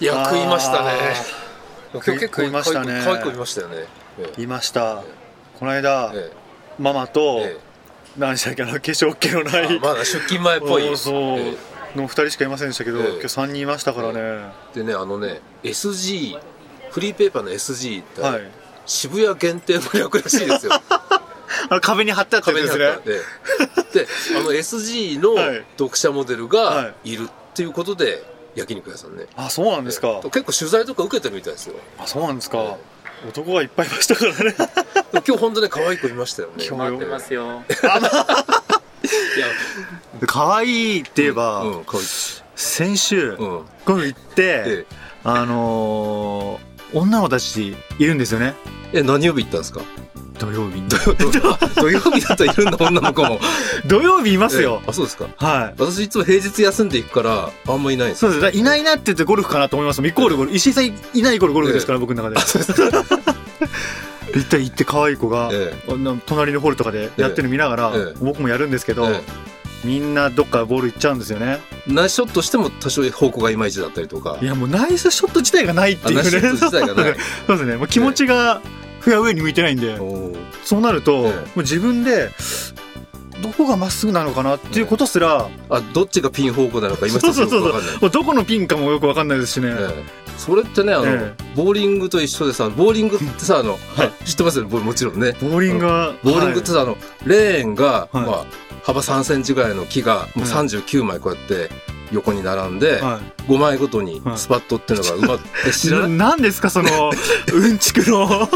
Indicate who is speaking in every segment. Speaker 1: いや食いましたね
Speaker 2: あー食い食いましたね
Speaker 1: 可愛く見ましたよねええ
Speaker 2: いましたこの間、
Speaker 1: え
Speaker 2: ママと、
Speaker 1: ええ
Speaker 2: 何でしたっけあの化粧っ気のな
Speaker 1: え
Speaker 2: い
Speaker 1: まだ出勤前っぽい
Speaker 2: そう
Speaker 1: え
Speaker 2: の2人しかいませんでしたけど、
Speaker 1: ええ
Speaker 2: 今日3人いましたからね、
Speaker 1: えでねあのね SG フリーペーパーの SG って、
Speaker 2: はい
Speaker 1: 渋谷限定の略らしい ですよ
Speaker 2: あの壁に貼ってあったや
Speaker 1: 壁
Speaker 2: つ
Speaker 1: に
Speaker 2: で
Speaker 1: 貼
Speaker 2: す
Speaker 1: っ
Speaker 2: ね
Speaker 1: てあってであの SG の
Speaker 2: はい
Speaker 1: 読者モデル
Speaker 2: は
Speaker 1: がいるっていうことで焼肉屋さんね
Speaker 2: あそうなんですか、
Speaker 1: 結構取材とか受けてるみたいですよ
Speaker 2: あそうなんですか、
Speaker 1: え
Speaker 2: 男がいっぱいいましたからね
Speaker 1: でも今日本当ね可愛い子いましたよね
Speaker 2: 今日
Speaker 3: 待って ますよ
Speaker 1: いや
Speaker 2: 可愛いって言えば、
Speaker 1: うん可愛い
Speaker 2: 先週、
Speaker 1: うん
Speaker 2: ゴルフ行って、
Speaker 1: え
Speaker 2: あのー女の子たちいるんですよね
Speaker 1: ええ何曜日行ったんですか
Speaker 2: 土曜日に
Speaker 1: 土曜日だったらいるんだ女の 子も
Speaker 2: 土曜日いますよ
Speaker 1: え、えあそうですか
Speaker 2: はい
Speaker 1: 私いつも平日休んでいくからあんまいないんです
Speaker 2: そうですだからいないなって言ってゴルフかなと思いますもんイコールゴルフ石井さんいないイコールゴルフですから、僕の中で
Speaker 1: そうですか
Speaker 2: 一体行って可愛い子が、
Speaker 1: え
Speaker 2: 女隣のホールとかでやってるの見ながら、
Speaker 1: ええ
Speaker 2: 僕もやるんですけ
Speaker 1: え
Speaker 2: ど、
Speaker 1: え
Speaker 2: みんなどっかボール行っちゃうんですよね
Speaker 1: えナイスショットしても多少方向がいまいちだったりとか
Speaker 2: いやもうナイスショット自体がないって
Speaker 1: あ
Speaker 2: いう
Speaker 1: ナ
Speaker 2: ね
Speaker 1: イスショット自体が ない
Speaker 2: そうですねもう気持ちがフェアウェイに向いてないんで、
Speaker 1: おー
Speaker 2: そうなると、
Speaker 1: ええ
Speaker 2: もう自分でどこがまっすぐなのかなっていうことすら、
Speaker 1: あどっちがピン方向なのか今
Speaker 2: そう
Speaker 1: 一つ
Speaker 2: そ
Speaker 1: よ
Speaker 2: う
Speaker 1: く
Speaker 2: そう
Speaker 1: わかんない
Speaker 2: もうどこのピンかもよくわかんないですしね、
Speaker 1: ええそれってねあの、
Speaker 2: え
Speaker 1: ボーリングと一緒でさボーリングってさあの、 知ってますよねボールもちろんね
Speaker 2: ボーリングは
Speaker 1: ボーリングって
Speaker 2: はい
Speaker 1: さあのレーンが、
Speaker 2: はい
Speaker 1: まあ、幅3センチぐらいの木がもう
Speaker 2: はい
Speaker 1: 39枚こうやって横に並んで、
Speaker 2: は
Speaker 1: 5枚ごとに
Speaker 2: はい
Speaker 1: スパットっていうのがうまえ
Speaker 2: い、
Speaker 1: 知ら
Speaker 2: な
Speaker 1: ない
Speaker 2: なんですかそのうんちくの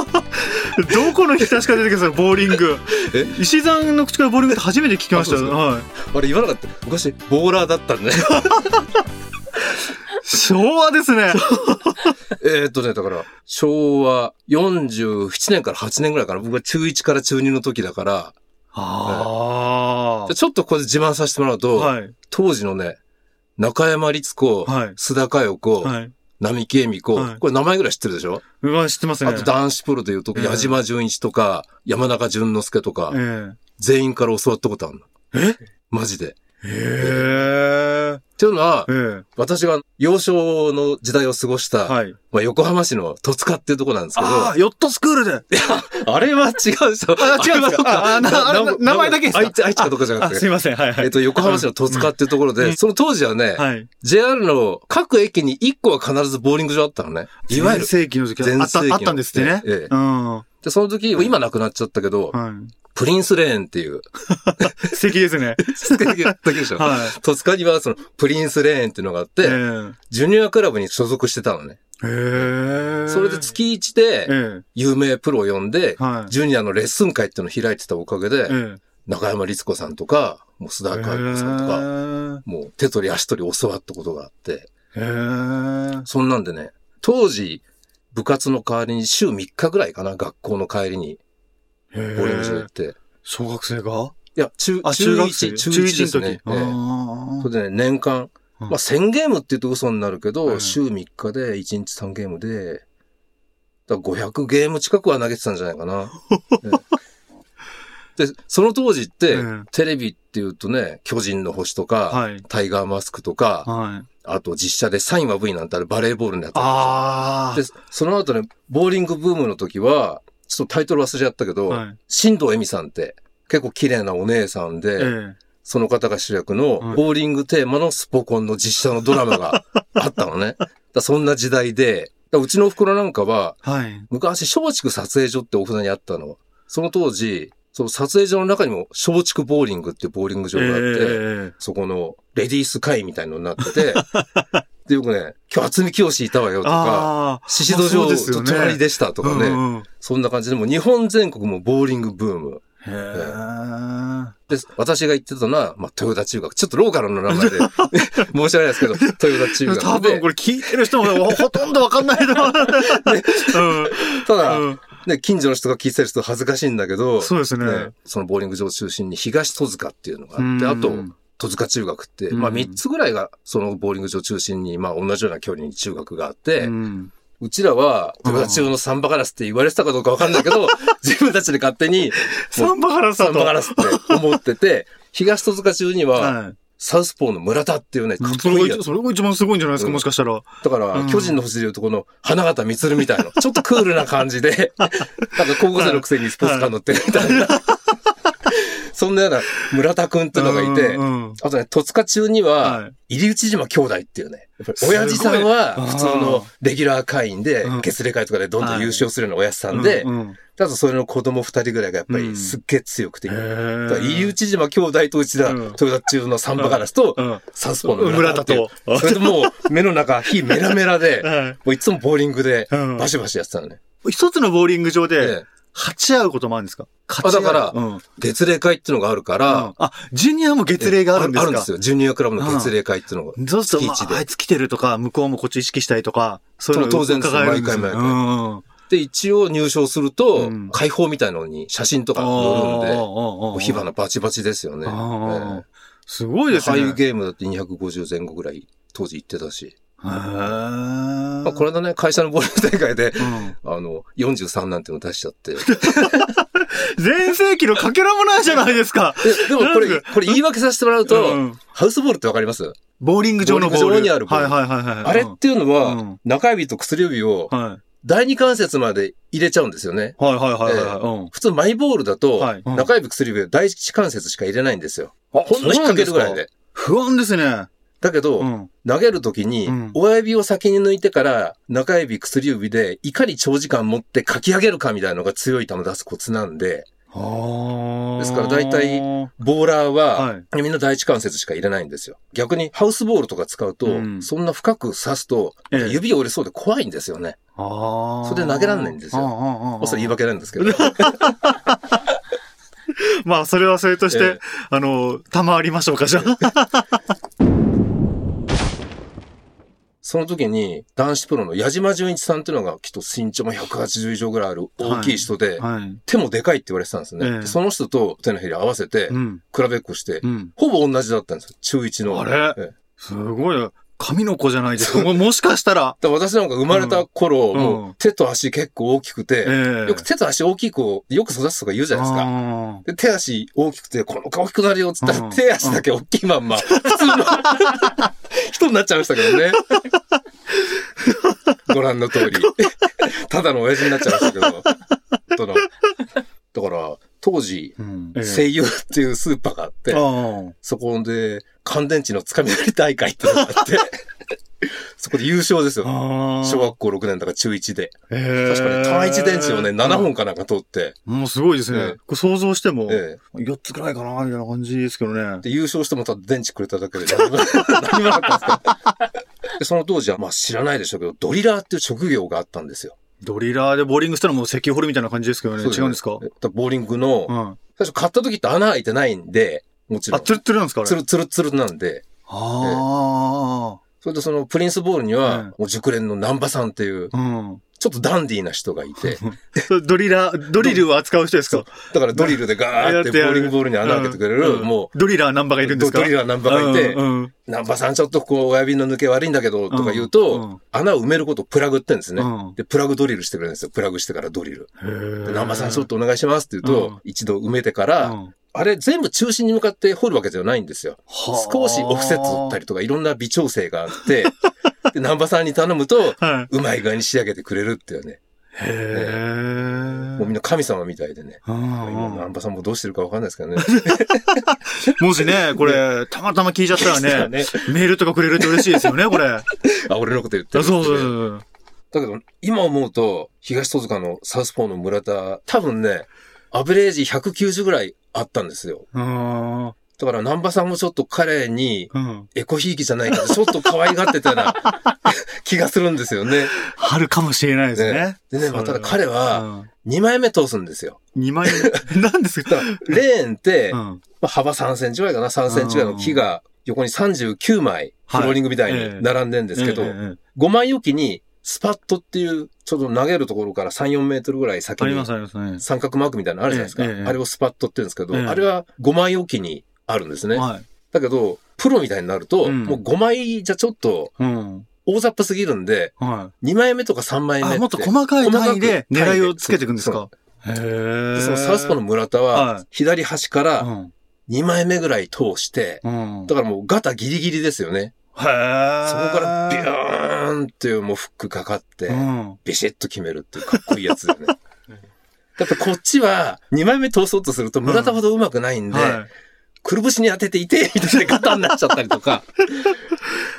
Speaker 2: どこの日確か出てきたそのボーリング
Speaker 1: え
Speaker 2: 石井さんの口からボーリングって初めて聞きまし
Speaker 1: あ
Speaker 2: た
Speaker 1: そうですか
Speaker 2: はい
Speaker 1: あれ言わなかった昔ボーラーだったんね
Speaker 2: 昭和ですね
Speaker 1: えーっとねだから昭和47年から8年ぐらいかな僕が中1から中2の時だから
Speaker 2: あ
Speaker 1: でちょっとここで自慢させてもらう
Speaker 2: あ
Speaker 1: と、
Speaker 2: はい
Speaker 1: 当時のね中山律子、
Speaker 2: はい
Speaker 1: 須田佳代子、
Speaker 2: はい
Speaker 1: 並木恵美子、
Speaker 2: はい
Speaker 1: これ名前ぐらい知ってるでしょ、
Speaker 2: うわ知ってますね
Speaker 1: あと男子プロでいうと、
Speaker 2: ええ
Speaker 1: 矢島純一とか、山中淳之介とか、
Speaker 2: え
Speaker 1: 全員から教わったことあるの。
Speaker 2: え
Speaker 1: マジで。っ
Speaker 2: えへえ
Speaker 1: ていうのは、
Speaker 2: え
Speaker 1: 私が幼少の時代を過ごした、
Speaker 2: えはい
Speaker 1: まあ、横浜市の戸塚っていうところなんですけど、
Speaker 2: あ
Speaker 1: あ
Speaker 2: あヨットスクールで
Speaker 1: れは違うでしょ。
Speaker 2: あ違うんで
Speaker 1: れはど
Speaker 2: すか
Speaker 1: っ
Speaker 2: ああな
Speaker 1: な
Speaker 2: あれ
Speaker 1: な
Speaker 2: 名前だけですか
Speaker 1: 愛知愛知かどっかじゃな
Speaker 2: あ
Speaker 1: く
Speaker 2: す
Speaker 1: て。
Speaker 2: いませんはいは
Speaker 1: えっ
Speaker 2: い
Speaker 1: と、横浜市の戸塚っていうところで、
Speaker 2: うん
Speaker 1: その当時はね、
Speaker 2: はい
Speaker 1: JR の各駅に1個は必ずボーリング場あったのね。いわゆる
Speaker 2: 全。盛期の時
Speaker 1: 全
Speaker 2: あった
Speaker 1: 盛期の
Speaker 2: あったんですってね
Speaker 1: ええ
Speaker 2: うんは
Speaker 1: で、その時、今なくなっちゃったけど、
Speaker 2: い
Speaker 1: プリンスレーンっていう、
Speaker 2: 素敵ですね
Speaker 1: だけでしょ。
Speaker 2: はい
Speaker 1: 戸塚にはそのプリンスレーンっていうのがあって、
Speaker 2: え
Speaker 1: ジュニアクラブに所属してたのね。
Speaker 2: えへえ
Speaker 1: それで月1で
Speaker 2: え
Speaker 1: 有名プロを呼んで
Speaker 2: え、はい
Speaker 1: ジュニアのレッスン会っていうのを開いてたおかげで、
Speaker 2: え
Speaker 1: 中山律子さんとか、もう須田海子さんとか、
Speaker 2: か
Speaker 1: もう手取り足取り教わったことがあって、
Speaker 2: へえ
Speaker 1: そんなんでね、当時、部活の代わりに週3日ぐらいかな、学校の帰りに、
Speaker 2: へ
Speaker 1: ボ
Speaker 2: え
Speaker 1: ーリング場行って。
Speaker 2: 小学生が
Speaker 1: いや、中、
Speaker 2: あ
Speaker 1: 中
Speaker 2: 中学
Speaker 1: 1、
Speaker 2: 生
Speaker 1: 中1です
Speaker 2: 中
Speaker 1: ね
Speaker 2: 一。の
Speaker 1: ええ
Speaker 2: 時
Speaker 1: それでね、年間、
Speaker 2: う
Speaker 1: ま
Speaker 2: ん
Speaker 1: あ、1000ゲームって言うと嘘になるけど、
Speaker 2: うん
Speaker 1: 週3日で1日3ゲームで、だから500ゲーム近くは投げてたんじゃないか な。ええで、その当時って、
Speaker 2: うん
Speaker 1: テレビっていうとね、巨人の星と
Speaker 2: あ
Speaker 1: か、
Speaker 2: ーはい
Speaker 1: タイガーマスクとか、
Speaker 2: はい
Speaker 1: あと実写でサインは V なんてあれバレーボールのやつ。
Speaker 2: あ
Speaker 1: で、その後ね、ボーリングブームの時は、ちょっとタイトル忘れちゃったけ
Speaker 2: あ
Speaker 1: ど、
Speaker 2: はい
Speaker 1: 新藤恵美さんって、結構綺麗なお姉さんで、
Speaker 2: え
Speaker 1: その方が主役
Speaker 2: は
Speaker 1: の
Speaker 2: い
Speaker 1: ボーリングテーマのスポコンの実写のドラマがあったの ね。だからそんな時代で、だからうちのお袋なんかは、
Speaker 2: えはい
Speaker 1: 昔松竹撮影所ってお船にあったの。その当時、その撮影所の中にも松竹ボーリングっていうボーリング場があって、
Speaker 2: ええ
Speaker 1: そこのレディース会みたいのになって て、で、よくね、今日厚み清いたわよとか、
Speaker 2: ああ
Speaker 1: 宍戸
Speaker 2: まあそう
Speaker 1: 城
Speaker 2: ですよ
Speaker 1: と
Speaker 2: ね
Speaker 1: 隣でしたとかね、
Speaker 2: うんうん
Speaker 1: そんな感じでもう日本全国もボーリングブーム。
Speaker 2: へえ
Speaker 1: で、私が言ってたのは、まあ、豊田中学。ちょっとローカルの名前 で、申し訳ないですけど、豊田中学で。
Speaker 2: 多分これ聞いてる人も ほとんどわかんないと 思う。
Speaker 1: た
Speaker 2: う
Speaker 1: だ、
Speaker 2: んうん
Speaker 1: ね、近所の人が聞いてる人恥ずかしいんだけど、
Speaker 2: そうですね。
Speaker 1: ねそのボーリング場を中心に東戸塚っていうのが
Speaker 2: う
Speaker 1: あって、
Speaker 2: ん
Speaker 1: あと、戸塚中学って、まあ
Speaker 2: うん
Speaker 1: 3つぐらいが、そのボーリング場を中心に、まあ同じような距離に中学があっ
Speaker 2: う
Speaker 1: て、
Speaker 2: ん
Speaker 1: うちらは、豊田中のサンバガラスって言われてたかどうかわかんないけど、 自分たちで勝手に、
Speaker 2: サンバガラス
Speaker 1: サ
Speaker 2: だ
Speaker 1: ン
Speaker 2: と。
Speaker 1: バガラスって思ってて、東戸塚中には、
Speaker 2: はい
Speaker 1: サウスポーの村田っていうね、かっ
Speaker 2: そ
Speaker 1: こいい
Speaker 2: れ
Speaker 1: や
Speaker 2: が、
Speaker 1: つ。
Speaker 2: それが一番すごいんじゃないですか、
Speaker 1: うん
Speaker 2: もしかしたら。
Speaker 1: だから、
Speaker 2: うん
Speaker 1: 巨人の星でいうとこの、花形光みたい な、ちょっとクールな感じで、なんか高校生のくせにスポーツカー乗ってるみたい な。そんなような村田くんっていうのがいて
Speaker 2: う、んうん
Speaker 1: あとね、戸塚中には、
Speaker 2: はい。
Speaker 1: 入内島兄弟っていうね、やっぱり
Speaker 2: すごい
Speaker 1: 親父さんは
Speaker 2: あー
Speaker 1: 普通のレギュラー会員で
Speaker 2: うん、
Speaker 1: 月例会とかでどんどん優勝するようなおやつさんで
Speaker 2: う、んうん
Speaker 1: あとそれの子供二人ぐらいがやっぱりすっげえ強くて、
Speaker 2: へ
Speaker 1: だ
Speaker 2: ー
Speaker 1: から入内島兄弟と内田、
Speaker 2: うん
Speaker 1: 豊田中の三馬ガラスと、
Speaker 2: うん
Speaker 1: サウスポーの村田っていう
Speaker 2: 村田と
Speaker 1: それでもう目の中、火メラメラ で、
Speaker 2: はい
Speaker 1: もういつもボーリングで、
Speaker 2: うん
Speaker 1: バシバシやってたのね。
Speaker 2: 一つのボーリング場で、
Speaker 1: で、
Speaker 2: 勝ち合うこともあるんですか勝ち合う。
Speaker 1: あだから
Speaker 2: うんうん
Speaker 1: 月齢会っていうのがあるから、
Speaker 2: あ、ジュニアも月齢があるんですか
Speaker 1: あるんですよ。ジュニアクラブの月齢会っていうのが。
Speaker 2: そうすると、ま
Speaker 1: 月一で
Speaker 2: あ、あいつ来てるとか、向こうもこっち意識したいとか、そういうの
Speaker 1: 当然です
Speaker 2: 伺えるんですよ
Speaker 1: 毎回毎回
Speaker 2: うんうん。
Speaker 1: で、一応入賞すると、
Speaker 2: うん
Speaker 1: 解放みたいのに写真とか載るんで、
Speaker 2: お
Speaker 1: もう火花バチバチですよね。ええ
Speaker 2: すごいです
Speaker 1: ああいう
Speaker 2: ね。
Speaker 1: ゲームだって250前後ぐらい当時行ってたし。
Speaker 2: へー
Speaker 1: まあ、これだね、会社のボール大会で、
Speaker 2: うん
Speaker 1: あの、43なんていうの出しちゃ って。で
Speaker 2: 全盛期のかけらもないじゃないですか。
Speaker 1: でもこれ
Speaker 2: なん、
Speaker 1: これ言い訳させてもらうと、
Speaker 2: うん
Speaker 1: ハウスボールってわかります
Speaker 2: ボーリング場のボール。
Speaker 1: ボーリング場にあるボール
Speaker 2: はいはいはいはい。
Speaker 1: あれっていうの
Speaker 2: う
Speaker 1: は
Speaker 2: ん、
Speaker 1: 中指と薬指を
Speaker 2: うんはい
Speaker 1: 第二関節まで入れちゃうんですよね。
Speaker 2: はいはいはいはいはい
Speaker 1: え。普通マイボールだと
Speaker 2: はい、うん
Speaker 1: 中指薬指は第一関節しか入れないんですよ。
Speaker 2: うん
Speaker 1: ほんの引っ掛けるぐらい。
Speaker 2: そうなんすか
Speaker 1: で。
Speaker 2: 不安ですね。
Speaker 1: だけど、
Speaker 2: うん。
Speaker 1: 投げるときに
Speaker 2: うん、
Speaker 1: 親指を先に抜いてから、中指、薬指で、いかに長時間持ってかき上げるかみたいなのが強い球出すコツなんで、ですから大体
Speaker 2: は
Speaker 1: ボーラーは、
Speaker 2: い。
Speaker 1: みんな第一関節しか入れないんですよ。逆に、ハウスボールとか使うと、
Speaker 2: うん
Speaker 1: そんな深く刺すと、
Speaker 2: ええ
Speaker 1: 指折れそうで怖いんですよね。
Speaker 2: ああ。
Speaker 1: それで投げらんないんですよ
Speaker 2: よ
Speaker 1: まあそれ言い訳なんですけど。
Speaker 2: まあ、それはそれとして、
Speaker 1: ええ
Speaker 2: あの、賜りましょうか、じゃあ。
Speaker 1: その時に、男子プロの矢島純一さんっていうのが、きっと身長も180以上ぐらいある大きい人で、
Speaker 2: はい。
Speaker 1: 手もでかいって言われてたんですね。
Speaker 2: ええ
Speaker 1: でその人と手のひら合わせて、
Speaker 2: うん。
Speaker 1: 比べっこして、
Speaker 2: うん。
Speaker 1: ほぼ同じだったんですよ。中1の。
Speaker 2: あれ、
Speaker 1: ええ
Speaker 2: すごい。神の子じゃないですか。ももしかしたら。
Speaker 1: だから私なんか生まれた頃、
Speaker 2: うん
Speaker 1: もう手と足結構大きくて、
Speaker 2: え
Speaker 1: よく手と足大きい子、よく育つとか言うじゃないですか。
Speaker 2: か。
Speaker 1: で、手足大きくて、この子大きくなるよって言ったら、
Speaker 2: うん
Speaker 1: 手足だけ大きいまんま、普通 の人になっちゃいましたけどね。ご覧の通り。ただの親父になっちゃいましたけど。そのだから、当時、
Speaker 2: うん。
Speaker 1: 声優っていうスーパーがあって、
Speaker 2: あ
Speaker 1: そこで、乾電池のつかみ取り大会っていうのがあ って、そこで優勝ですよ。
Speaker 2: あ。
Speaker 1: 小学校6年だから中1で。
Speaker 2: え
Speaker 1: 確かね、単一電池をね、7
Speaker 2: 本
Speaker 1: 本かなんか取って、
Speaker 2: もうすごいですね。
Speaker 1: ええ
Speaker 2: これ想像しても、
Speaker 1: え
Speaker 2: 4つくらいかな、みたいな感じですけどね
Speaker 1: え。。で、優勝してもただ電池くれただけで何も、何もなかったんですけど。で、その当時は、まあ知らないでしょうけど、ドリラーっていう職業があったんですよ。
Speaker 2: ドリラーでボーリングしたらもう石油掘るみたいな感じですけどね。
Speaker 1: そ
Speaker 2: 違うんですか
Speaker 1: だらボーリングの、
Speaker 2: うん。
Speaker 1: 最初買った時って穴開いてないんで、もちろ
Speaker 2: あ、
Speaker 1: ん。
Speaker 2: ツルッツルなんですかあれ
Speaker 1: つるつるつるなんで、
Speaker 2: あ
Speaker 1: それでそのプリンスボールには、
Speaker 2: うん
Speaker 1: もう熟練の南波さんっていう、
Speaker 2: あ。うん。
Speaker 1: ちょっとダンディーな人がいて、
Speaker 2: それドリラー、ドリルを扱う人ですか
Speaker 1: だからドリルでガーってボーリングボールに穴開けてくれる、
Speaker 2: うん
Speaker 1: もう、
Speaker 2: ドリラーナンバーがいるんですか
Speaker 1: ドドリラーナンバーがいて、
Speaker 2: うんうん
Speaker 1: ナンバーさんちょっとこう親指の抜け悪いんだけど、とか言うと、
Speaker 2: うん
Speaker 1: 穴を埋めることをプラグって言うんですね。
Speaker 2: うん
Speaker 1: で、プラグドリルしてくれるんですよ。プラグしてからドリル。
Speaker 2: へー
Speaker 1: で、ナンバーさんちょっとお願いしますって言うと、
Speaker 2: うん
Speaker 1: 一度埋めてから、
Speaker 2: うん
Speaker 1: あれ全部中心に向かって掘るわけじゃないんですよ。少しオフセット取った
Speaker 2: り。
Speaker 1: りとかいろんな微調整があ って、で、ナンバーさんに頼むと、
Speaker 2: は
Speaker 1: うまい具合に仕上げてくれるっていうね。
Speaker 2: い。へー
Speaker 1: もうみんな神様みたいでね。
Speaker 2: うん
Speaker 1: 今、ナンバーさんもどうしてるかわかんないですけどね。
Speaker 2: もしね、これ、たまたま聞いち ゃったらね、
Speaker 1: ね。
Speaker 2: メールとかくれると嬉しいですよね、これ。あ
Speaker 1: あ、俺のこと言って
Speaker 2: そう
Speaker 1: る
Speaker 2: そうそう。
Speaker 1: だけど、今思うと、東戸塚のサウスポーの村田、多分ね、アベレージ190ぐらいあったんですよ。
Speaker 2: うん。
Speaker 1: だから、南波さんもちょっと彼に、
Speaker 2: うん。
Speaker 1: エコひいきじゃないかとちょっと可愛がってたら、 気がするんですよね。
Speaker 2: あるかもしれないですね。
Speaker 1: でね、まあただ彼
Speaker 2: う
Speaker 1: は、
Speaker 2: ん
Speaker 1: 2枚目通すんですよ。
Speaker 2: 二枚 目。何ですか
Speaker 1: だ から、レーンって、
Speaker 2: う
Speaker 1: ま
Speaker 2: ん。
Speaker 1: あ、幅3センチぐらいかな、3センチぐらいの木が、横に39枚、フローリングみたいに並んでんですけど、
Speaker 2: ええええ
Speaker 1: 5枚置きに、スパットっていう、ちょっと投げるところから3、4メートルぐらい先
Speaker 2: あり
Speaker 1: に
Speaker 2: ますありますね。
Speaker 1: 三角マークみたいなのあるじゃないですか。
Speaker 2: ええええ
Speaker 1: あれをスパッとって言うんですけど、
Speaker 2: ええ
Speaker 1: あれは5枚おきにあるんですね。
Speaker 2: はい。
Speaker 1: だけど、プロみたいになると、
Speaker 2: うん
Speaker 1: もう5枚じゃちょっと
Speaker 2: うん。
Speaker 1: 大雑把すぎるんで、
Speaker 2: は
Speaker 1: 2枚目とか3枚
Speaker 2: い。
Speaker 1: 目って。
Speaker 2: あ、もっと細かい単位で
Speaker 1: 細かく
Speaker 2: 狙いをつけていくんで
Speaker 1: そ
Speaker 2: す
Speaker 1: う
Speaker 2: かへ
Speaker 1: そう
Speaker 2: え。
Speaker 1: でそのサウスポーの村田は、
Speaker 2: はい
Speaker 1: 左端から
Speaker 2: うん。
Speaker 1: 2枚目ぐらい通して、
Speaker 2: うん。
Speaker 1: だからもうガタギリギリですよね。
Speaker 2: へえ。
Speaker 1: そこからビューンっていうもうフックかかって、
Speaker 2: うん。
Speaker 1: ビシッと決めるっていうかっこいいやつだよね。 やっぱこっちは2枚目通そうとすると村田ほどうまくないんで、
Speaker 2: はい
Speaker 1: くるぶしに当てていて、みたいなガタになっちゃったりと か。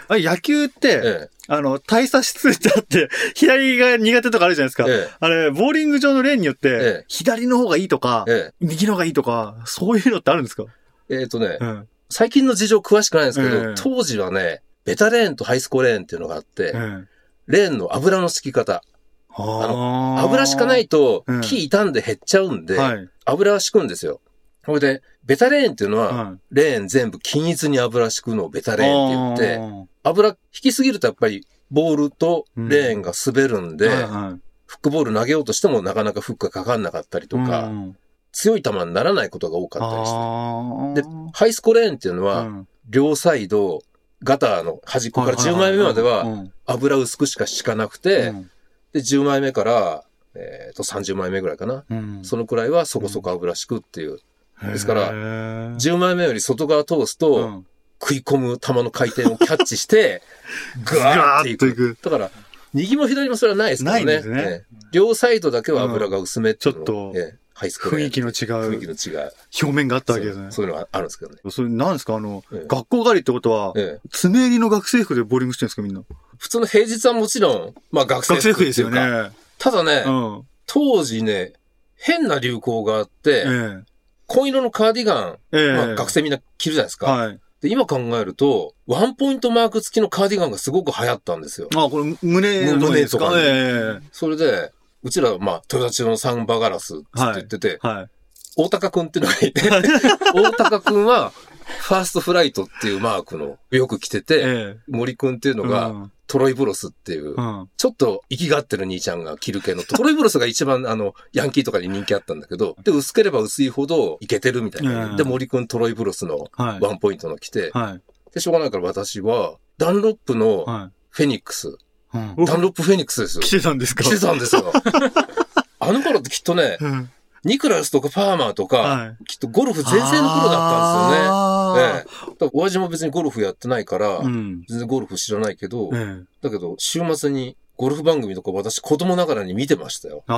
Speaker 2: あれ野球って、
Speaker 1: え
Speaker 2: あの、大差しついてあって、 左が苦手とかあるじゃないですか。
Speaker 1: え
Speaker 2: あれ、ボーリング場のレーンによっ
Speaker 1: ええ
Speaker 2: て、左の方がいいとか
Speaker 1: え、え
Speaker 2: 右の方がいいとか、そういうのってあるんですか
Speaker 1: ええーとね、
Speaker 2: うん。
Speaker 1: 最近の事情詳しくないんですけど、
Speaker 2: ええ
Speaker 1: 当時はね、ベタレーンとハイスコレーンっていうのがあって、
Speaker 2: うん。
Speaker 1: レーンの油の敷き方。
Speaker 2: あー
Speaker 1: 油敷かないと
Speaker 2: うん
Speaker 1: 木傷んで減っちゃうんで、
Speaker 2: はい。
Speaker 1: 油は敷くんですよ。それで、ベタレーンっていうのは、
Speaker 2: はい
Speaker 1: レーン全部均一に油敷くのをベタレーンって言って、
Speaker 2: あ
Speaker 1: 油引きすぎるとやっぱりボールとレーンが滑るんで、
Speaker 2: ーはいはい
Speaker 1: フックボール投げようとしてもなかなかフックがかかんなかったりとか、
Speaker 2: うん
Speaker 1: 強い球にならないことが多かったりして。
Speaker 2: あ
Speaker 1: でハイスコレーンっていうのは、
Speaker 2: ー
Speaker 1: 両サイド、ガターの端っこから10枚目までは、油薄くしか敷かなくて、で、10枚目から、えっと、30枚目ぐらいかな。そのくらいはそこそこ油敷くっていう。ですから
Speaker 2: ら
Speaker 1: 10枚目より外側通すと、食い込む球の回転をキャッチ して、ガーっていく。
Speaker 2: ガーッといく
Speaker 1: だから、右も左もそれはないですからね。
Speaker 2: ないですね
Speaker 1: ええ両サイドだけは油が薄めっていうの
Speaker 2: うんちょっと
Speaker 1: ええハイスコレー
Speaker 2: 雰
Speaker 1: ン
Speaker 2: 囲気の違
Speaker 1: 雰囲
Speaker 2: う
Speaker 1: 気の違い。
Speaker 2: 表面があったわけです
Speaker 1: そ
Speaker 2: ね
Speaker 1: う。そういうのはあるんですけどね。
Speaker 2: それなんですかあの、
Speaker 1: ええ
Speaker 2: 学校帰りってことは、
Speaker 1: ええ
Speaker 2: 爪入りの学生服でボーリングしてるんですかみんな。
Speaker 1: 普通の平日はもちろん、まあ学生
Speaker 2: 学生
Speaker 1: 服
Speaker 2: 服
Speaker 1: で
Speaker 2: ですす
Speaker 1: よ
Speaker 2: よ
Speaker 1: ね
Speaker 2: ね。。
Speaker 1: ただね、
Speaker 2: うん。
Speaker 1: 当時ね、変な流行があって、
Speaker 2: え
Speaker 1: 紺色のカーディガン、
Speaker 2: え。ええ。
Speaker 1: まあ、学生みんな着るじゃないですか、
Speaker 2: はい。
Speaker 1: で。今考えると、ワンポイントマーク付きのカーディガンがすごく流行ったんですよ。
Speaker 2: あ、これ、胸の
Speaker 1: 胸
Speaker 2: で
Speaker 1: と
Speaker 2: す
Speaker 1: か
Speaker 2: か
Speaker 1: ね
Speaker 2: ええ。
Speaker 1: それで、うちらは、まあ、豊田中のサンバガラスって言ってて、
Speaker 2: はい。
Speaker 1: 大高くんっていうのがいて、 大高くんは、ファーストフライトっていうマークのよく着てて、
Speaker 2: ええ。
Speaker 1: 森くんっていうのが、
Speaker 2: うん
Speaker 1: トロイブロスっていう、
Speaker 2: うん。
Speaker 1: ちょっと生きがってる兄ちゃんが着る系の、トロイブロスが一番あの、ヤンキーとかに人気あったんだけど、で、薄ければ薄いほどイケてるみたいな。
Speaker 2: うん
Speaker 1: で、森くんトロイブロスの
Speaker 2: はい。
Speaker 1: ワンポイントの着て、
Speaker 2: はい。
Speaker 1: で、しょうがないから私は、ダンロップの
Speaker 2: は
Speaker 1: フェニックス、
Speaker 2: い。うん
Speaker 1: ダンロップフェニックスですよ
Speaker 2: 来。てたんですか
Speaker 1: 着てたんですよ。あの頃ってきっとね、
Speaker 2: うん。
Speaker 1: ニクラウスとかパーマーとか、
Speaker 2: はい。
Speaker 1: きっとゴルフ全盛の頃だったんですよね。ええ
Speaker 2: あ、
Speaker 1: だからお味も別にゴルフやってないから、
Speaker 2: ーうん。
Speaker 1: 全然ゴルフ知らないけど、
Speaker 2: ええ。
Speaker 1: だけど、週末にゴルフ番組とか私子供ながらに見てましたよ。だか
Speaker 2: あ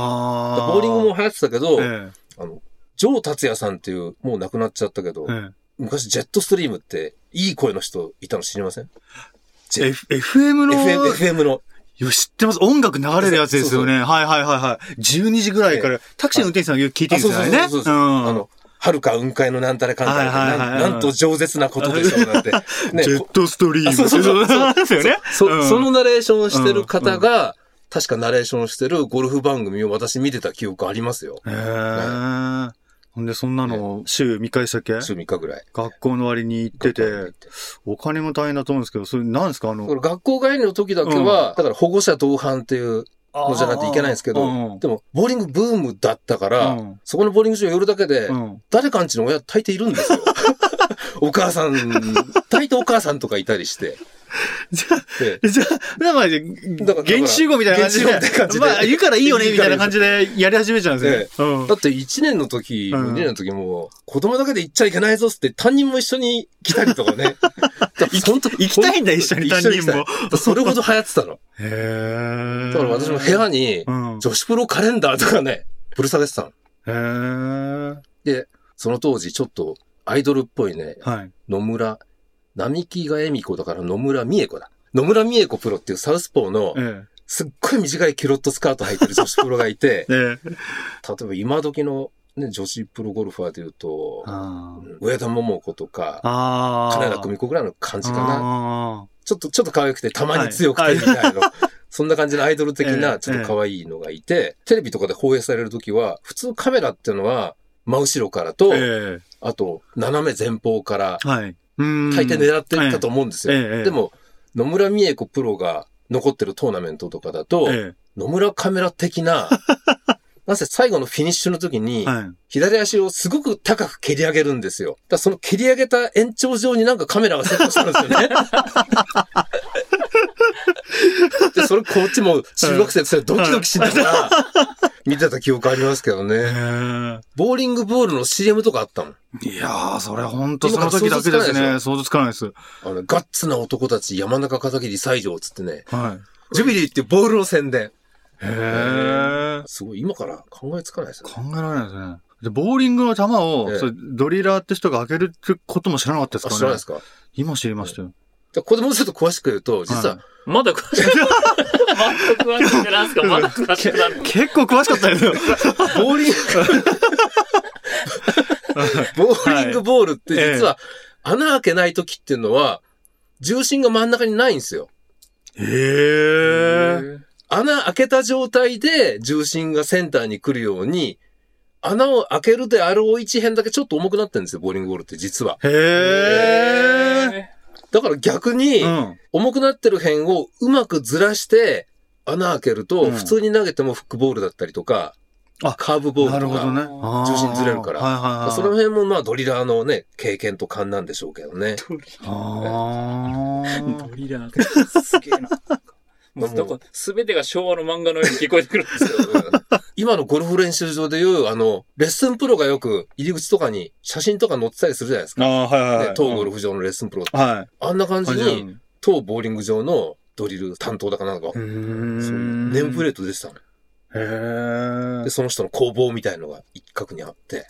Speaker 1: ら
Speaker 2: あ。
Speaker 1: ボーリングも流行ってたけど、
Speaker 2: え
Speaker 1: あの、ジョー達也さんっていう、もう亡くなっちゃったけど
Speaker 2: え。、え
Speaker 1: 昔ジェットストリームっていい声の人いたの知りません
Speaker 2: え。F- FM の、
Speaker 1: ?FM、FM の。
Speaker 2: よし、知ってます。音楽流れるやつですよね。はいはいはいはい。12時ぐらいから、タクシーの運転手さんがよく聞いてるんですよね。
Speaker 1: あそうそうそうそう
Speaker 2: う
Speaker 1: あ
Speaker 2: ん。
Speaker 1: の、はるか雲海のなんたらかんたら
Speaker 2: はいはいはい
Speaker 1: なんなんと饒舌なことでしょう なんて。ね
Speaker 2: ジェットストリーム。
Speaker 1: あそうそうそう
Speaker 2: なんですよね。
Speaker 1: そ、
Speaker 2: うん
Speaker 1: そのナレーションをしてる方が、確かナレーションをしてるゴルフ番組を私見てた記憶ありますよ。
Speaker 2: へー。ほんで、そんなのを週見返したっけ
Speaker 1: 週3日ぐらい。
Speaker 2: 学校の割に行ってて、お金も大変だと思うんですけど、それなんですかあ
Speaker 1: だ
Speaker 2: の
Speaker 1: か、ら学校帰りの時だけは、だから保護者同伴っていうの
Speaker 2: の
Speaker 1: じゃないといけないんですけ
Speaker 2: う
Speaker 1: ど、
Speaker 2: ん。
Speaker 1: でも、ボーリングブームだったから、
Speaker 2: うん
Speaker 1: そこのボーリング場寄るだけで、
Speaker 2: うん
Speaker 1: 誰かんちの親大抵いるん ですよ。お母さん、大抵お母さんとかいたりして。
Speaker 2: じゃあ、
Speaker 1: で
Speaker 2: じゃあ、なんか、
Speaker 1: だから
Speaker 2: 現地集合みたいな感じで。
Speaker 1: 現地集合みたいな感じで
Speaker 2: まあ、言うからいいよね、みたいな感じでやり始めちゃうんですね。うん
Speaker 1: だって1年の時、
Speaker 2: うん
Speaker 1: 2年の時も、子供だけで行っちゃいけないぞっつって、担任も一緒に来たりとかね。本当
Speaker 2: 行きたいんだ、一緒に担任。
Speaker 1: ほ
Speaker 2: も
Speaker 1: ん。とそれほど流行ってたの。
Speaker 2: へー
Speaker 1: だから私も部屋に、
Speaker 2: うん。
Speaker 1: 女子プロカレンダーとかね、ぶる下げてたの。
Speaker 2: へー
Speaker 1: で、その当時ちょっとアイドルっぽいね、
Speaker 2: はい。
Speaker 1: 野村、並木が恵美子だから野村美恵子だ。野村美恵子プロっていうサウスポーの
Speaker 2: ええ。、
Speaker 1: すっごい短いキュロットスカート履いてる女子プロがいて
Speaker 2: ええ。
Speaker 1: 例えば今時の、ね、女子プロゴルファーで言うと、
Speaker 2: あー
Speaker 1: 上田桃子とか、
Speaker 2: あー。
Speaker 1: 金田久美子ぐらいの感じかな。
Speaker 2: な。
Speaker 1: ちょっと、ちょっと可愛くて、たまに強くてみたいな。 そんな感じのアイドル的
Speaker 2: え
Speaker 1: な、
Speaker 2: え
Speaker 1: ちょっと可愛いのがいて、テレビとかで放映されるときは、普通カメラっていうのは、真後ろからと、
Speaker 2: え
Speaker 1: あと、斜め前方から、
Speaker 2: え。はい。うん
Speaker 1: 大抵狙っていったと
Speaker 2: 思
Speaker 1: 思うんです
Speaker 2: う
Speaker 1: よ。
Speaker 2: んええ。
Speaker 1: でも、野村美恵子プロが残ってるトーナメントとかだと、
Speaker 2: え
Speaker 1: 野村カメラ的 な、なぜ最後のフィニッシュの時
Speaker 2: え、
Speaker 1: に、
Speaker 2: はい。
Speaker 1: 左足をすごく高く蹴り上げるんですよ。だからその蹴り上げた延長上になんかカメラがセットしたんですよ ね。で、それこっちも中学生ってそれドキドキしながら、見てた記憶ありますけどね。
Speaker 2: へ
Speaker 1: ボーリングボールの CM とかあったもん。
Speaker 2: えいやー、それほんとその時だけですね。想像つかないです。
Speaker 1: あの、ガッツな男たち山中片桐西条つってね、
Speaker 2: はい。
Speaker 1: ジュビリーっていうボールの宣伝。
Speaker 2: へー。
Speaker 1: すごい、今から考えつかないですね。
Speaker 2: 考えられないですね。で、ボーリングの球を、
Speaker 1: ええ
Speaker 2: それドリラーって人が開けるってことも知らなかったです
Speaker 1: あ、
Speaker 2: からね。
Speaker 1: 知らないですか
Speaker 2: 今知りましたよ。
Speaker 1: じゃあここでもうちょっと詳しく言うと、実は、
Speaker 3: まだ詳しく、まだ詳しくなんすかまだ詳し くなる。
Speaker 2: 結構詳しかったですよ。
Speaker 1: ボーリング、 ボーリングボールって実は、穴開けない時っていうのは、重心が真ん中にないんですよ。
Speaker 2: へー。
Speaker 1: 穴開けた状態で重心がセンターに来るように、穴を開けるであろう一辺だけちょっと重くなってるんですよ、ボーリングボールって実は。
Speaker 2: へー。
Speaker 1: だから逆に、
Speaker 2: うん。
Speaker 1: 重くなってる辺をうまくずらして、穴開ける
Speaker 2: う
Speaker 1: と、
Speaker 2: ん
Speaker 1: 普通に投げてもフックボールだったりとか、
Speaker 2: あ
Speaker 1: カーブボー
Speaker 2: な
Speaker 1: ル
Speaker 2: る
Speaker 1: と
Speaker 2: ほど
Speaker 1: か、
Speaker 2: ね。
Speaker 3: 重
Speaker 2: あー
Speaker 1: 心ずれるから
Speaker 2: はいはいはい。
Speaker 1: その辺もまあドリラーのね、経験と勘なんでしょうけどね。
Speaker 2: あー
Speaker 3: ドリラーすげえな。もうなんか、すべてが昭和の漫画のように聞こえてくるんですよ。
Speaker 1: 今のゴルフ練習場でいう、あの、レッスンプロがよく入り口とかに写真とか載ってたりするじゃないですか。
Speaker 2: あー、はいはいは
Speaker 1: ね
Speaker 2: い。
Speaker 1: 当ゴルフ場のレッスンプロって。
Speaker 2: は
Speaker 1: あんな感
Speaker 2: い。
Speaker 1: じに、当ボーリング場のドリル担当だかなんか、
Speaker 2: うー
Speaker 1: そうい
Speaker 2: ん。
Speaker 1: うネームプレート出てたの。
Speaker 2: へー
Speaker 1: で、。その人の工房みたいのが一角にあって。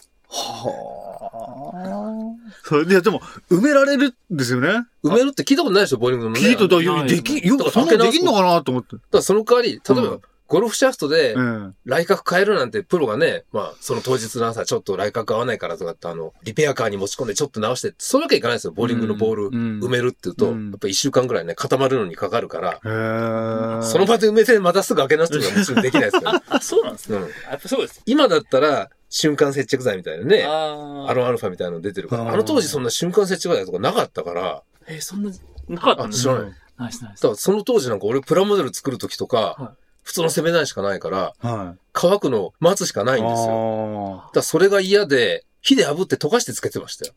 Speaker 2: はあ。それで、でも、埋められるんですよね。
Speaker 1: 埋めるって聞いたことないでしょ、ボーリングのね。
Speaker 2: 聞いた
Speaker 1: だか
Speaker 2: と、
Speaker 3: ない
Speaker 2: でき、よくそんなのできんのかなと思って。
Speaker 1: らその代わり、例えば、
Speaker 2: うん
Speaker 1: ゴルフシャフトで
Speaker 2: うん。
Speaker 1: 来角変えるなんてプロがね、まあ、その当日の朝、ちょっと来角合わないからとかって、あの、リペアカーに持ち込んでちょっと直してって、そういうわけいかないですよ、ボーリングのボール。埋
Speaker 2: 埋
Speaker 1: めるって言うと、
Speaker 2: うん
Speaker 1: やっぱ一週間ぐらいね、固まるのにかかるから、
Speaker 2: へー。
Speaker 1: その場で埋めてまたすぐ開け直すとかもちろんできないですけど、
Speaker 3: あ、そうなんですね。
Speaker 1: うん
Speaker 3: やっぱそうです。
Speaker 1: 今だったら、瞬間接着剤みたいなね、
Speaker 3: あ
Speaker 1: アロンアルファみたいなの出てるか
Speaker 2: あ
Speaker 1: ら、
Speaker 2: ー
Speaker 1: あの当時そんな瞬間接着剤とかなかったから、
Speaker 3: えー、そんな、なかった
Speaker 1: あ、
Speaker 3: ん
Speaker 1: 知らない。だ
Speaker 3: ナイスナイス。
Speaker 1: からその当時なんか俺プラモデル作る時と
Speaker 3: は
Speaker 1: か、普通の攻め台しかないから、
Speaker 2: は。
Speaker 1: 乾くのを待つしかないいんですよ。
Speaker 2: よ。
Speaker 1: だからそれが嫌で、火で炙って溶かしてつけてま したよ。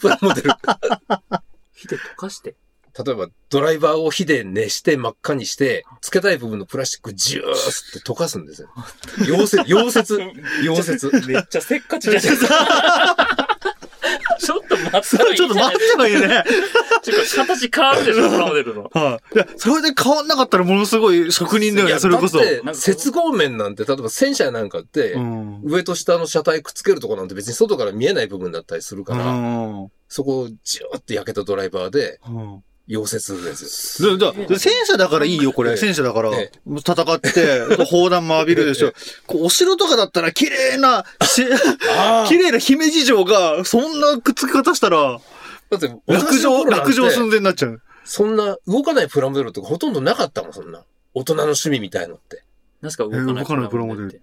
Speaker 1: プラモデル。
Speaker 3: 火で溶かして。
Speaker 1: 例えばドライバーを火で熱して真っ赤にして、つけたい部分のプラスチックジュースって溶かすんですよ。溶 接、溶接、溶接。
Speaker 3: めっちゃせっかちじゃないですか。ちょっと待った
Speaker 2: そ
Speaker 3: らい
Speaker 2: れち
Speaker 3: いじ
Speaker 2: ょっ
Speaker 3: ゃ
Speaker 2: と
Speaker 3: ない
Speaker 2: 待ってばいい ね。
Speaker 3: ですか。形変わるでしょ、プラモデルの。
Speaker 2: はい。いや、それで変わんなかったらものすごい職人だよ
Speaker 1: い
Speaker 2: ね、
Speaker 1: や
Speaker 2: それこそ。
Speaker 1: だって、接合面なんて、例えば戦車なんかって、
Speaker 2: うん。
Speaker 1: 上と下の車体くっつけるとこなんて別に外から見えない部分だったりする
Speaker 2: う
Speaker 1: から、
Speaker 2: ん。
Speaker 1: そこをジューって焼けたドライバーで
Speaker 2: うん
Speaker 1: 溶接ですよ。
Speaker 2: だだ戦車だからいいよ、こ
Speaker 1: え
Speaker 2: れ。
Speaker 1: え
Speaker 2: 戦車だから。
Speaker 1: え
Speaker 2: 戦って、 砲弾も浴びるでし
Speaker 1: え
Speaker 2: ょ。こうお城とかだったら、綺麗な、し
Speaker 1: あ
Speaker 2: 綺麗な姫路城が、そんなくっつき方したら、
Speaker 1: だって、
Speaker 2: 落城、落城寸
Speaker 1: ん
Speaker 2: 前になっちゃう。
Speaker 1: そんな動かないプラモデルとかほとんどなかったもん、そんな。大人の趣味みたいのって。
Speaker 3: 何すか動
Speaker 2: かない
Speaker 3: って。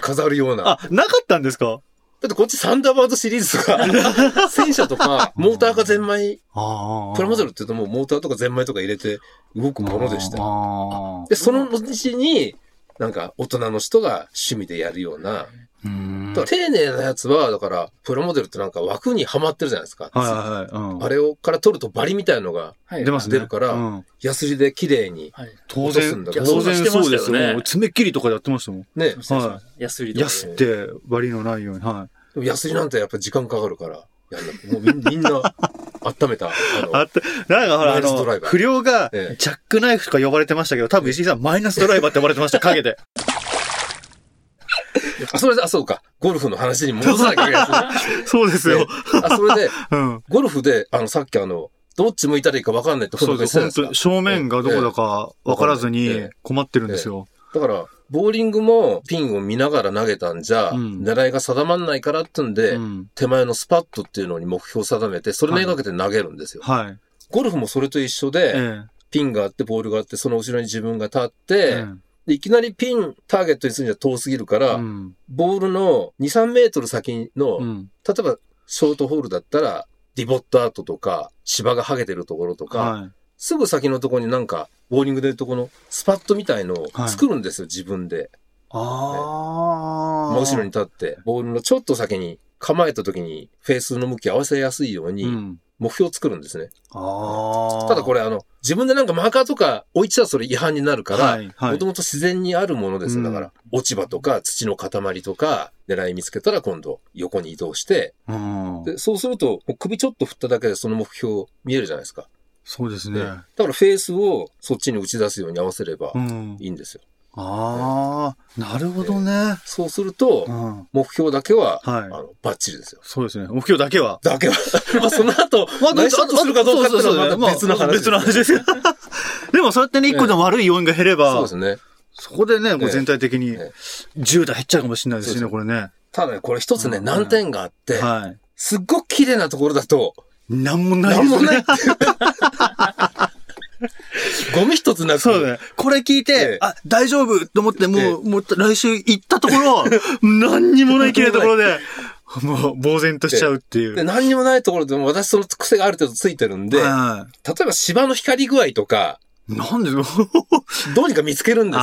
Speaker 1: 飾るような。
Speaker 2: あ、なかったんですか
Speaker 1: だってこっちサンダーバードシリーズと か、戦車とか、モーターかゼンマイ、
Speaker 2: あ
Speaker 1: プラモデ
Speaker 2: ル
Speaker 1: ルって言うともうモーターとかゼンマイとか入れて動くものでしたよ。
Speaker 2: あ
Speaker 1: で、その後に、なんか大人の人が趣味でやるような。
Speaker 2: ーうん
Speaker 1: だから丁寧なやつは、だから、プラモデルってなんか枠にはまってるじゃないですか。
Speaker 2: はいはいはい。
Speaker 1: あれを、から取るとバリみたいなのが、
Speaker 3: はい。
Speaker 2: 出ますね。
Speaker 1: 出るから
Speaker 2: うん
Speaker 1: ヤスリで綺麗に。
Speaker 3: はい。
Speaker 2: 当
Speaker 1: 落とすん
Speaker 2: 然、
Speaker 1: だけど
Speaker 2: 当然そうです
Speaker 3: そうだしてましたよ
Speaker 2: よ。
Speaker 3: ね
Speaker 2: 爪切りとかやってましたもん。
Speaker 1: ね。
Speaker 2: は
Speaker 3: ヤスリとか。
Speaker 2: 安って、割りのないように。はい。
Speaker 1: でもヤスリなんてやっぱ時間かかるから、やんなくもうみん みんな、温めた。あの
Speaker 2: あった、なんかほら、
Speaker 1: マ
Speaker 2: あ
Speaker 1: イナスドラ
Speaker 2: の
Speaker 1: イ、バー
Speaker 2: 不良が、ジ
Speaker 1: ええ
Speaker 2: ャックナイフとか呼ばれてましたけど、多分石井さん、マイナスドライバーって呼ばれてました、陰で。
Speaker 1: あ、それで、あ、そうか。ゴルフの話に戻さなきゃいけないですね。
Speaker 2: そうです
Speaker 1: よ。あ、それで、
Speaker 2: うん。
Speaker 1: ゴルフで、あの、さっきあの、どっち向いたらいいか分かんないって
Speaker 2: そ
Speaker 1: 本
Speaker 2: う
Speaker 1: 当
Speaker 2: で
Speaker 1: にして
Speaker 2: す。
Speaker 1: た
Speaker 2: 本
Speaker 1: じゃ
Speaker 2: 当
Speaker 1: ない
Speaker 2: に
Speaker 1: です
Speaker 2: 正面がどこだか分からず
Speaker 1: え
Speaker 2: に
Speaker 1: え
Speaker 2: 困ってるんですよ。
Speaker 1: か。だから、ボーリングもピンを見ながら投げたんじゃ、
Speaker 2: うん
Speaker 1: 狙いが定まんないからってんで、
Speaker 2: うん。
Speaker 1: 手前のスパットっていうのに目標を定めて、それめがけて投げるんですよ。
Speaker 2: はい。
Speaker 1: ゴルフもそれと一緒で、
Speaker 2: え
Speaker 1: ピンがあって、ボールがあって、その後ろに自分が立って、
Speaker 2: え。うん
Speaker 1: でいきなりピン、ターゲットにするには遠すぎるから、
Speaker 2: うん。
Speaker 1: ボールの2、3メートル先の、
Speaker 2: うん。
Speaker 1: 例えばショートホールだったら、ディボットアートとか、芝が剥げてるところとか、
Speaker 2: は
Speaker 1: すぐ先のところになんか、ボーリングでいうとこのスパットみたいのを
Speaker 2: はい
Speaker 1: 作るんですよ、自分で。
Speaker 2: い。あ
Speaker 1: 真後ろに立って、ボールのちょっと先に構えた時にフェースの向き合わせやすいよう
Speaker 2: う
Speaker 1: に
Speaker 2: ん。
Speaker 1: 目標を作るんですね。
Speaker 2: ああ。
Speaker 1: ただこ
Speaker 2: れ。
Speaker 1: れあの、自分でなんかマーカーとか置いちゃそれ違反になるから、
Speaker 2: はいは
Speaker 1: も
Speaker 2: い
Speaker 1: と。もと自然にあるものですよ。だか
Speaker 2: う
Speaker 1: ら、落ち葉とか土の塊とか、狙い見つけたら今度横に移動して、
Speaker 2: うん
Speaker 1: でそうすると、もう首ちょっと振っただけでその目標見えるじゃないですか。
Speaker 2: そうですね。
Speaker 1: だからフェースをそっちに打ち出すように合わせれば
Speaker 2: うん。
Speaker 1: いいんですよ。
Speaker 2: ああ、なるほどね。
Speaker 1: そうすると
Speaker 2: う、ん。
Speaker 1: 目標だけは、あ
Speaker 2: はい。
Speaker 1: の、バッチリですよ。
Speaker 2: そうですね。目標だけは。
Speaker 1: だけ は、まあその後、
Speaker 2: まあ
Speaker 1: 内緒とするかどうかっていうのはまた別の話
Speaker 2: です、まあ別の話 です。でもそうやってね、一個でも悪い要因が減れ
Speaker 1: そう
Speaker 2: ば、
Speaker 1: ですね。
Speaker 2: そこでね、こう全体的に
Speaker 1: ええ
Speaker 2: 10代減っちゃうかもしれないですし
Speaker 1: そ
Speaker 2: ね、
Speaker 1: う
Speaker 2: これね。
Speaker 1: ただね、これ一つね、
Speaker 2: うん
Speaker 1: 難点があって、
Speaker 2: はい。
Speaker 1: すっごく綺麗なところだと、
Speaker 2: なんもな
Speaker 1: な
Speaker 2: いで
Speaker 1: ん
Speaker 2: す
Speaker 1: も
Speaker 2: ね。
Speaker 1: ないっていう。ゴミ一つなく。
Speaker 2: そうだね。これ聞い
Speaker 1: え
Speaker 2: て
Speaker 1: え、
Speaker 2: あ、大丈夫と思って、
Speaker 1: え
Speaker 2: もう、もう来週行ったとこ ろ、何にもない綺麗なところで、もう、呆然としちゃうっていう。
Speaker 1: で、何にもないところでも私その癖がある程度ついてるんで、例
Speaker 2: は
Speaker 1: えば芝の光り具合とか、
Speaker 2: いなんで、
Speaker 1: どうにか見つけるんですよ。だ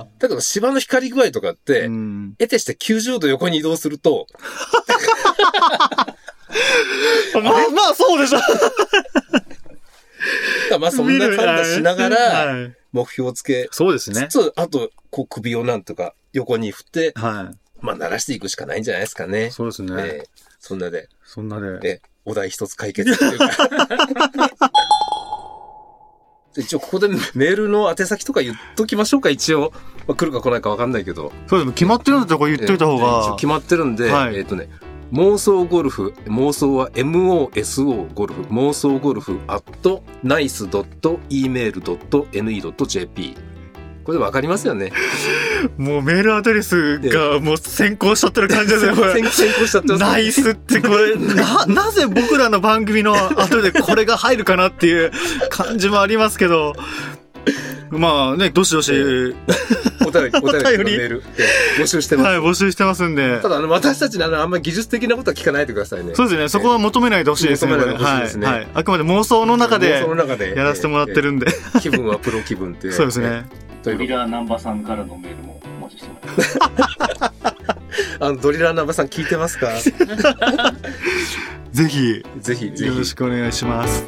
Speaker 2: あ
Speaker 1: けど芝の光り具合とかっ
Speaker 2: あ、
Speaker 1: て、
Speaker 2: うん。
Speaker 1: 得てして90度横に移動すると、
Speaker 2: まあ、まあ、そうでしょ。
Speaker 1: ま あそんな感じしながら、
Speaker 2: はい
Speaker 1: 目標をつけ
Speaker 2: そうです
Speaker 1: つ
Speaker 2: ね。
Speaker 1: つ、あと、こう首をなんとか横に振って、
Speaker 2: は
Speaker 1: まあ鳴らしていくしかないんじゃないですか
Speaker 2: い。
Speaker 1: ね。
Speaker 2: そうです
Speaker 1: え
Speaker 2: ね。
Speaker 1: えそんなで、
Speaker 2: そんなで。
Speaker 1: ええお題一つ解決というか。 で一応ここでメールの宛先とか言っときましょうか、一応。まあ、来るか来ないかわかんないけど。
Speaker 2: そうですね。決まってるんだったらこれ言っといた方
Speaker 1: えー一応
Speaker 2: が
Speaker 1: 決。まってるんで、
Speaker 2: はい
Speaker 1: えっ、とね、妄想ゴルフ、妄想は MOSO ゴルフ、妄想ゴルフ at nice.email.ne.jp。これでわかりますよね。
Speaker 2: もうメールアドレスがもう先行しちゃってる感じです
Speaker 1: 先
Speaker 2: ね、これ。
Speaker 1: 行しちゃってます
Speaker 2: ナイスってこれ、な、なぜ僕らの番組の後でこれが入るかなっていう感じもありますけど、まあね、どしどし、は
Speaker 1: お便り、お便り、メ
Speaker 2: お便り
Speaker 1: ール、えー募集してます。
Speaker 2: い、募集してますんで
Speaker 1: た、だ、あの、私たちのあの、あんまり技術的なことは聞かないでくださいね。
Speaker 2: そうですね、そこは求めないでほしいですね、
Speaker 1: 求めないで
Speaker 2: これ
Speaker 1: ほしい
Speaker 2: は
Speaker 1: です
Speaker 2: い、
Speaker 1: ね
Speaker 2: はい。あくまで妄想の中で
Speaker 1: その中で。
Speaker 2: やらせてもらってるんで、
Speaker 1: えー。気分はプロ気分って。
Speaker 2: そうですね。
Speaker 1: えー。という
Speaker 3: ラーナンバさんからのメールもお待ちしてます。
Speaker 1: あの、ドリラーナンバ さん聞いてますか
Speaker 2: ぜひ、
Speaker 1: ぜひ、ぜ
Speaker 2: よろ
Speaker 1: ひ。
Speaker 2: しくお願いします。